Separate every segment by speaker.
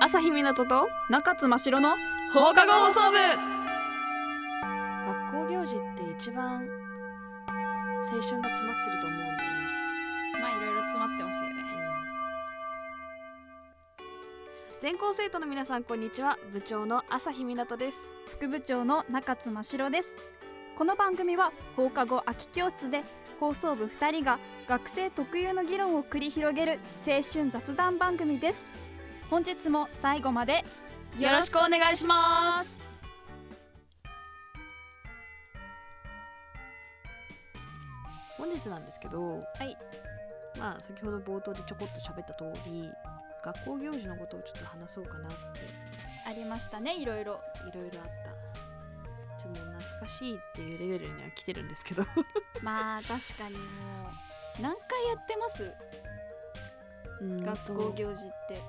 Speaker 1: 朝日湊と
Speaker 2: 中津真城の
Speaker 1: 放課後放送部
Speaker 3: 学校行事って一番青春が詰まってると思うんだよね
Speaker 2: まあいろいろ詰まってますよね
Speaker 1: 全校生徒の皆さんこんにちは部長の朝日湊です
Speaker 2: 副部長の中津真城ですこの番組は放課後空き教室で放送部2人が学生特有の議論を繰り広げる青春雑談番組です本日も最後まで
Speaker 1: よろしくお願いします
Speaker 3: 本日なんですけど、まあ先ほど冒頭でちょこっと喋った通り学校行事のことをちょっと話そうかなって
Speaker 2: ありましたねいろいろ
Speaker 3: いろいろあったちょっともう懐かしいっていうレベルには来てるんですけど
Speaker 2: まあ確かにもう何回やってます
Speaker 3: うん
Speaker 2: 学
Speaker 3: と
Speaker 2: 校行事って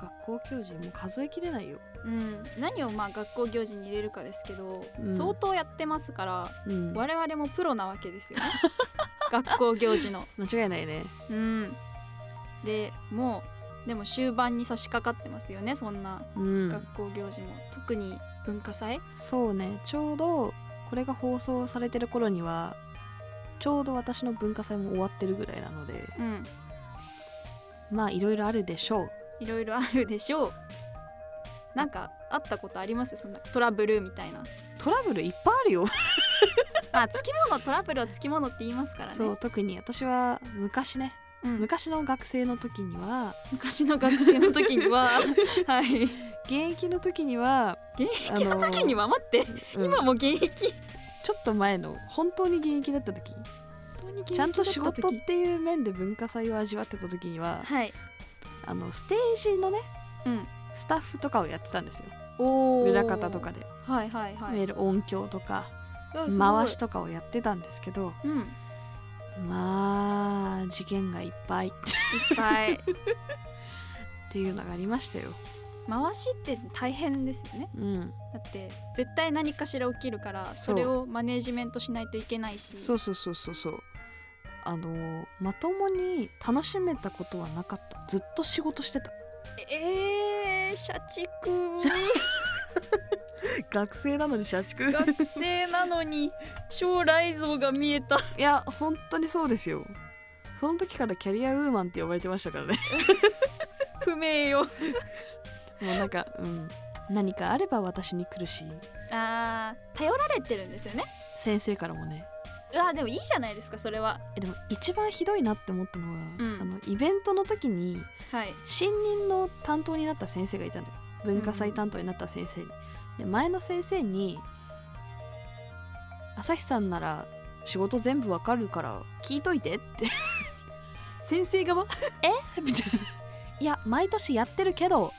Speaker 3: 学校行事もう数えきれないよ
Speaker 2: うん何をまあ学校行事に入れるかですけど、
Speaker 3: うん
Speaker 2: 相当やってますから
Speaker 3: うん間
Speaker 2: 我々もプロなわけで すよね学校行事の
Speaker 3: 違いないね
Speaker 2: うんでもうでも終盤に差し掛かってますよねそんな
Speaker 3: うん
Speaker 2: 学校行事も、特に文化祭
Speaker 3: そうねちょうどこれが放送されてる頃にはちょうど私の文化祭も終わってるぐらいなので
Speaker 2: うん
Speaker 3: まあいろいろあるでしょう
Speaker 2: いろいろあるでしょうなんかあったことありますそんなトラブルみたいな
Speaker 3: トラブルいっぱいあるよ
Speaker 2: あつきものトラブルはつきものって言いますからね
Speaker 3: そう特に私は昔ね
Speaker 2: うん
Speaker 3: 昔の学生の時には
Speaker 2: 昔の学生の時に ははい現
Speaker 3: 現役の時には
Speaker 2: 役の時には待って
Speaker 3: うん
Speaker 2: 今も現役
Speaker 3: ちょっと前の本当に現役だった時ちゃんと仕事っていう面で文化祭を味わってた時には
Speaker 2: はい
Speaker 3: あのステージのね
Speaker 2: うん
Speaker 3: スタッフとかをやってたんですよ
Speaker 2: おー
Speaker 3: 裏方とかで、
Speaker 2: はいはい
Speaker 3: い
Speaker 2: は
Speaker 3: わ
Speaker 2: い
Speaker 3: ゆる音響とか
Speaker 2: うんすごい
Speaker 3: 回しとかをやってたんですけど
Speaker 2: うんいっ
Speaker 3: まあ事件がいっぱ いっ
Speaker 2: ぱい
Speaker 3: ていうのがありましたよ。
Speaker 2: 回しって大変ですよね
Speaker 3: うん、
Speaker 2: だって絶対何かしら起きるから
Speaker 3: そ
Speaker 2: そうれをマネジメントしないといけないし
Speaker 3: そうそうそうそうそうあのまともに楽しめたことはなかったずっと仕事してた
Speaker 2: えー、社 畜
Speaker 3: 学生なのに社 畜
Speaker 2: 学生なのに将来像が見えた
Speaker 3: いや本当にそうですよその時からキャリアウーマンって呼ばれてましたからね
Speaker 2: 不明よ
Speaker 3: もうなんか、うん、何かあれば私に来るし
Speaker 2: あー頼られてるんですよね
Speaker 3: 先生からもね
Speaker 2: あでもいいじゃないですかそれは
Speaker 3: えでも一番ひどいなって思ったのは、
Speaker 2: うん
Speaker 3: あのイベントの時に
Speaker 2: はい
Speaker 3: 新任の担当になった先生がいたのよ文化祭担当になった先生に、で前の先生に「朝日さんなら仕事全部わかるから聞いといて」って
Speaker 2: 先生側
Speaker 3: みたいな「いや毎年やってるけど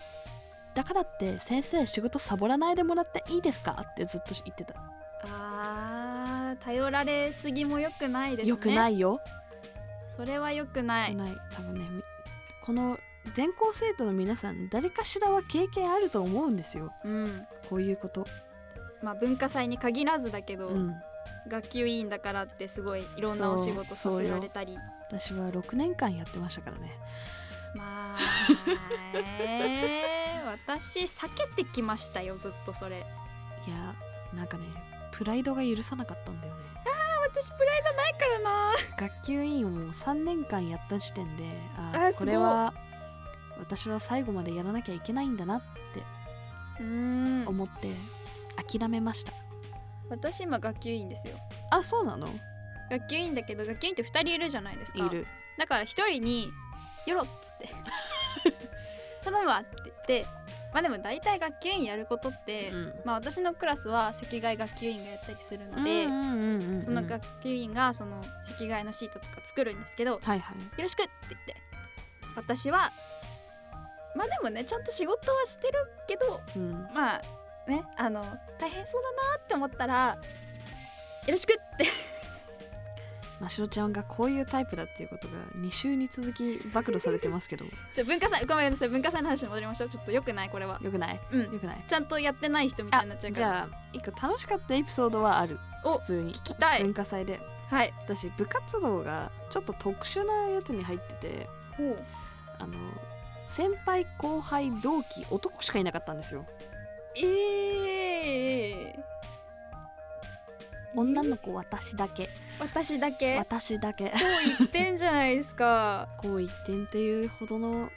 Speaker 3: だからって先生仕事サボらないでもらっていいですか?」ってずっと言ってた、
Speaker 2: あー頼られすぎも良くないですね
Speaker 3: よくないいよ、
Speaker 2: それは良くない
Speaker 3: ない多分ねみこの全校生徒の皆さん誰かしらは経験あると思うんですよ
Speaker 2: うん
Speaker 3: こういうこと、
Speaker 2: まあ文化祭に限らずだけど、
Speaker 3: うん、
Speaker 2: 学級委員だからってすごいいろんなお仕事さ
Speaker 3: そう
Speaker 2: せ
Speaker 3: よ
Speaker 2: られたり
Speaker 3: 私は6年間やってましたからね
Speaker 2: まあ、えー私避けてきましたよずっとそれ
Speaker 3: いやなんかねプライドが許さなかったんだ よね
Speaker 2: 私プライドないからな
Speaker 3: 学級委員をもう3年間やった時点であ
Speaker 2: あすご
Speaker 3: こ
Speaker 2: い
Speaker 3: れは私は最後までやらなきゃいけないんだなって
Speaker 2: うーん
Speaker 3: 思って諦めました、
Speaker 2: 私今学級委員ですよ
Speaker 3: あそうなの
Speaker 2: 学級委員だけど学級委員って2人いるじゃないですか
Speaker 3: いる
Speaker 2: だから1人に「よろ」っつって 「頼むわ」って言ってまあでも大体学級委員やることって、
Speaker 3: うん
Speaker 2: まあ私のクラスは赤外学級委員がやったりするので、
Speaker 3: うんうんうんうんうん
Speaker 2: その学級委員がその席替えのシートとか作るんですけど「よ
Speaker 3: はいはい
Speaker 2: ろしく!」って言って私はまあでもねちゃんと仕事はしてるけど
Speaker 3: うん
Speaker 2: まあねあの大変そうだなって思ったら「よろしく!」って
Speaker 3: ましろちゃんがこういうタイプだっていうことが2週に続き暴露されてますけど
Speaker 2: ちょ文化祭ごめんなさい文化祭の話に戻りましょうちょっとよくないこれは
Speaker 3: よくない
Speaker 2: うん
Speaker 3: よくない
Speaker 2: ちゃんとやってない人みたい
Speaker 3: あ
Speaker 2: になっちゃうか
Speaker 3: じ
Speaker 2: ら
Speaker 3: ゃあ1個楽しかったエピソードはある
Speaker 2: お
Speaker 3: 普通に
Speaker 2: 聞きたい
Speaker 3: 文化祭で
Speaker 2: はい
Speaker 3: 私部活動がちょっと特殊なやつに入ってて
Speaker 2: ほう
Speaker 3: あの先輩後輩同期男しかいなかったんですよ
Speaker 2: ええ
Speaker 3: 女の子私だけ
Speaker 2: 私 だけ
Speaker 3: 私だけ
Speaker 2: 言ってんじゃないですか
Speaker 3: こう一点っていうほどの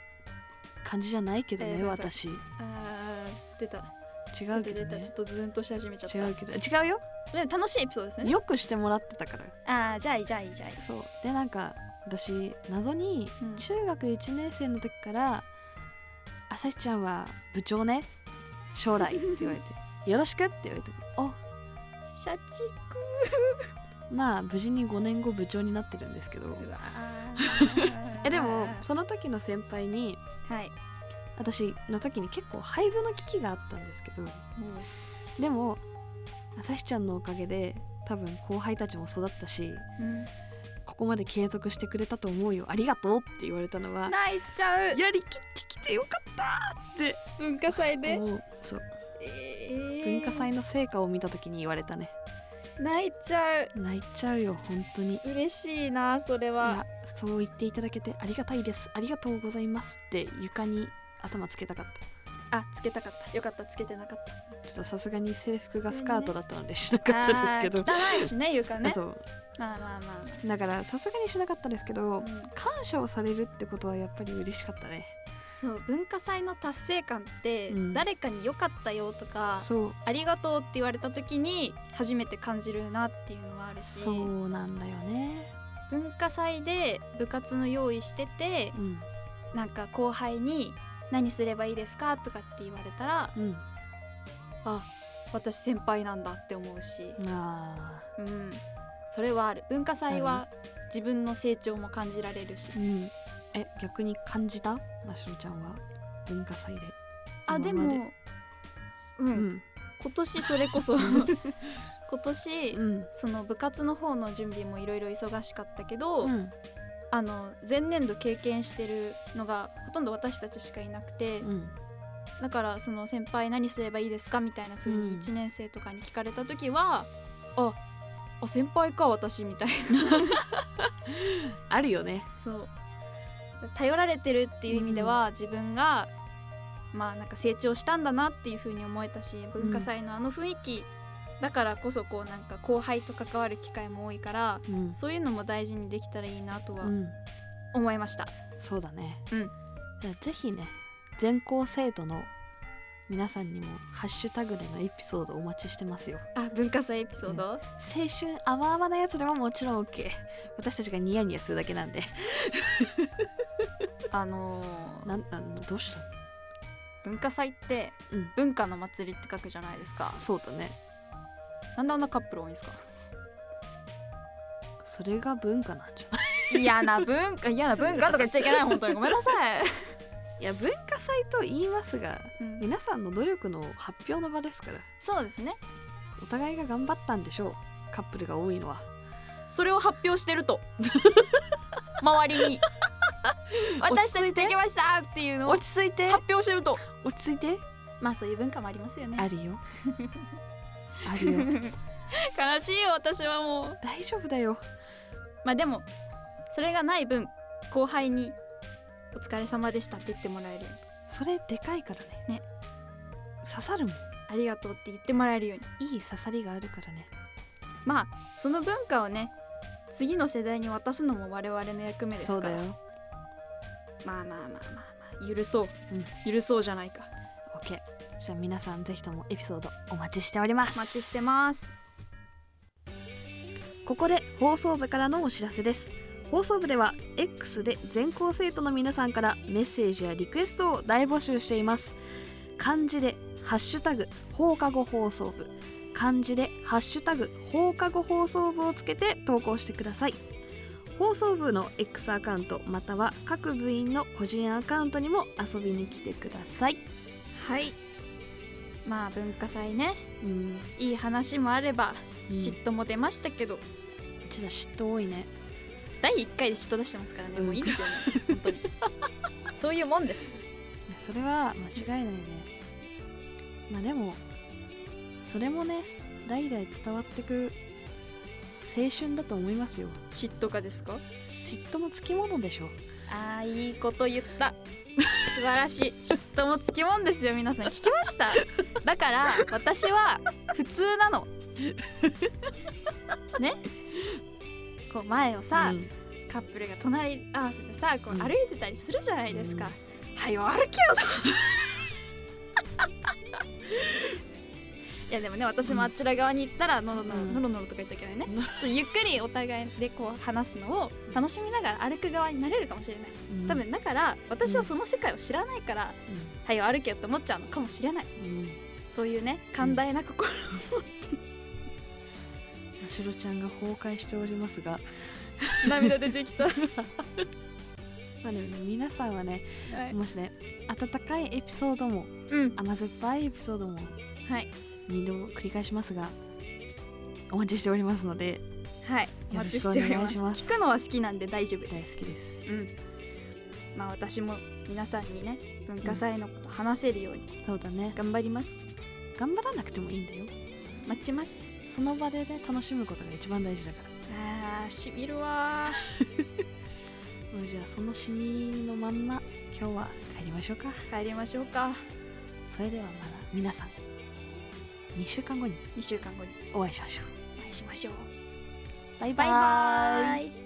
Speaker 3: 感じじゃないけどね、
Speaker 2: えーなんか
Speaker 3: 私違
Speaker 2: あー出た
Speaker 3: うけ
Speaker 2: 出
Speaker 3: ど
Speaker 2: た
Speaker 3: ね
Speaker 2: ちょっとズンとし始めちゃった
Speaker 3: 違うけど違うよ
Speaker 2: でも楽しいエピソードですね
Speaker 3: よくしてもらってたから
Speaker 2: ああじゃあいいじゃあいいじゃあいい、
Speaker 3: そうでなんか私謎に
Speaker 2: うん
Speaker 3: 中学1年生の時から「朝日ちゃんは部長ね将来」 って言われて「よろしく」って言われて「お
Speaker 2: シャチ
Speaker 3: まあ無事に5年後部長になってるんですけど
Speaker 2: クは
Speaker 3: えでもその時の先輩に
Speaker 2: はい
Speaker 3: 私の時に結構廃部の危機があったんですけどでも朝日ちゃんのおかげで多分後輩たちも育ったし
Speaker 2: うん
Speaker 3: ここまで継続してくれたと思うよありがとうって言われたのは
Speaker 2: 泣いちゃう
Speaker 3: やりきってきてよかった
Speaker 2: 文化祭で、
Speaker 3: もうそう
Speaker 2: え
Speaker 3: 文
Speaker 2: ー
Speaker 3: 化祭の成果を見た時に言われたね
Speaker 2: 泣いちゃう
Speaker 3: 泣いちゃうよ本当にい
Speaker 2: 嬉しいなそれは
Speaker 3: やそう言っていただけてありがたいですありがとうございますって床に頭つけたかった
Speaker 2: あつけたかったよかったつけてなかった
Speaker 3: ちょっとさすがに制服がスカートだったのでしなかったですけど、
Speaker 2: あー汚いしね床ね
Speaker 3: そう
Speaker 2: まあまあま
Speaker 3: だからさすがにしなかったですけ
Speaker 2: あ、
Speaker 3: ど
Speaker 2: うん
Speaker 3: 感謝をされるってことはやっぱり嬉しかったね
Speaker 2: そう文化祭の達成感って、
Speaker 3: うん
Speaker 2: 誰かに良かったよとか
Speaker 3: そう
Speaker 2: ありがとうって言われた時に初めて感じるなっていうのはあるし
Speaker 3: そうなんだよね
Speaker 2: 文化祭で部活の用意してて
Speaker 3: うん
Speaker 2: なんか後輩に「何すればいいですか?」とかって言われたら
Speaker 3: うん
Speaker 2: 「あ私先輩なんだ」って思うし、
Speaker 3: あ
Speaker 2: うん、それはある文化祭は自分の成長も感じられるし
Speaker 3: ーうんえ逆に感じたましろちゃんは文化祭で
Speaker 2: あで
Speaker 3: 今ま
Speaker 2: も、う、
Speaker 3: うんん
Speaker 2: 今年それこ そ今年
Speaker 3: うん
Speaker 2: その部活の方の準備もいろいろ忙しかったけど、
Speaker 3: うん
Speaker 2: あの前年度経験してるのがほとんど私たちしかいなくて、
Speaker 3: うん
Speaker 2: だからその先輩何すればいいですかみたいな風
Speaker 3: うん
Speaker 2: に1年生とかに聞かれた時は、ああ先輩か私みたいな
Speaker 3: あるよね
Speaker 2: そう頼られてるっていう意味では、自分がまあなんか成長したんだなっていう風に思えたし文化祭のあの雰囲気だからこそこうなんか後輩と関わる機会も多いから
Speaker 3: うん
Speaker 2: そういうのも大事にできたらいいなとは
Speaker 3: うん
Speaker 2: 思いました、
Speaker 3: そうだね
Speaker 2: うん
Speaker 3: じゃあぜひね全校生徒の皆さんにもハッシュタグでのエピソードお待ちしてますよ
Speaker 2: あ文化祭エピソード、
Speaker 3: 青春あわあわなやつでももちろん OK 私たちがニヤニヤするだけなんで
Speaker 2: あのー
Speaker 3: なんあのどうした
Speaker 2: 文化祭って
Speaker 3: うん
Speaker 2: 文化の祭りって書くじゃないですか、
Speaker 3: そうだね
Speaker 2: なんであんなカップル多いんですか
Speaker 3: それが文化なんじゃない
Speaker 2: 嫌な文 化嫌な文化とか言っちゃいけない本当にごめんなさい、
Speaker 3: いや文化祭と言いますが
Speaker 2: うん
Speaker 3: 皆さんの努力の発表の場ですから
Speaker 2: そうですね
Speaker 3: お互いが頑張ったんでしょうカップルが多いのは
Speaker 2: それを発表してる と周りに私たちできましたっていうのを
Speaker 3: 落
Speaker 2: 発
Speaker 3: ち着いて
Speaker 2: 表してると
Speaker 3: 落ち着いて
Speaker 2: まあそういう文化もありますよね
Speaker 3: ある よあるよ
Speaker 2: 悲しいよ私はもう
Speaker 3: 大丈夫だよ
Speaker 2: まあでもそれがない分後輩にお疲れ様でしたって言ってもらえるように
Speaker 3: それでかいからね
Speaker 2: ね
Speaker 3: 刺さるもん
Speaker 2: ありがとうって言ってもらえるように
Speaker 3: いい刺さりがあるからね
Speaker 2: まあその文化をね次の世代に渡すのも我々の役目ですか
Speaker 3: そ
Speaker 2: ら
Speaker 3: うだよ
Speaker 2: まあまあまあまあ、まあ、許そう、
Speaker 3: う
Speaker 2: 許そうじゃないか
Speaker 3: OK じゃあ皆さんぜひともエピソードお待ちしておりま
Speaker 2: お
Speaker 3: す
Speaker 2: 待ちしてます
Speaker 3: ここで放送部からのお知らせです放送部では X で全校生徒の皆さんからメッセージやリクエストを大募集しています漢字でハッシュタグ放課後放送部漢字でハッシュタグ放課後放送部をつけて投稿してください放送部の X アカウントまたは各部員の個人アカウントにも遊びに来てください
Speaker 2: はいまあ文化祭ね
Speaker 3: うん
Speaker 2: いい話もあれば
Speaker 3: うん
Speaker 2: 嫉妬も出ましたけど、
Speaker 3: ちょっと嫉妬多いね
Speaker 2: 第1回で嫉妬出してますからね、
Speaker 3: うん
Speaker 2: もういいですよね本当に そういうもんです
Speaker 3: いやそれは間違いないねまあでもそれもね代々伝わってく青春だと思いますよ
Speaker 2: 嫉妬かですか
Speaker 3: 嫉妬もつきものでしょ
Speaker 2: あーいいこと言った素晴らしい嫉妬もつきもんですよ皆さん聞きましただから私は普通なのねこう前をさ、
Speaker 3: うん
Speaker 2: カップルが隣合わせてさこう
Speaker 3: うん
Speaker 2: 歩いてたりするじゃないですか、はいよ歩けよといやでもね私もあちら側に行ったらのろのろ、
Speaker 3: うん
Speaker 2: のろのろとか言っちゃいけないね
Speaker 3: の
Speaker 2: そうゆっくりお互いでこう話すのを楽しみながら歩く側になれるかもしれない
Speaker 3: うん
Speaker 2: 多分だから私はその世界を知らないから、はいよ歩けよって思っちゃうのかもしれない
Speaker 3: うんうん
Speaker 2: そういうね寛大な 心、
Speaker 3: ましろちゃんが崩壊しておりますが、
Speaker 2: 涙出てきた、はい、
Speaker 3: まあ、でもね皆さんはねもしね温かいエピソードも
Speaker 2: うん
Speaker 3: 甘酸っぱいエピソードも
Speaker 2: はい
Speaker 3: 二度繰り返しますがお待ちしておりますので
Speaker 2: はいお
Speaker 3: よろ
Speaker 2: 待ち
Speaker 3: しくお
Speaker 2: しており
Speaker 3: 願
Speaker 2: ま
Speaker 3: い
Speaker 2: す
Speaker 3: します
Speaker 2: 聞くのは好きなんで大丈夫
Speaker 3: 大好きです
Speaker 2: うん、まあ私も皆さんにね文化祭のこと話せるように
Speaker 3: そうだね
Speaker 2: 頑張ります
Speaker 3: 頑張らなくてもいいんだよ
Speaker 2: 待ちます
Speaker 3: その場でね楽しむことが一番大事だから
Speaker 2: あーしびるわ
Speaker 3: もうじゃあそのシミのまんま今日は帰りましょうか
Speaker 2: ー 帰りましょうか
Speaker 3: それではまだ皆さん2週間後に
Speaker 2: 2週間後に
Speaker 3: お会いしましょう
Speaker 2: お会いしましょう
Speaker 3: バイ
Speaker 2: バイバーイ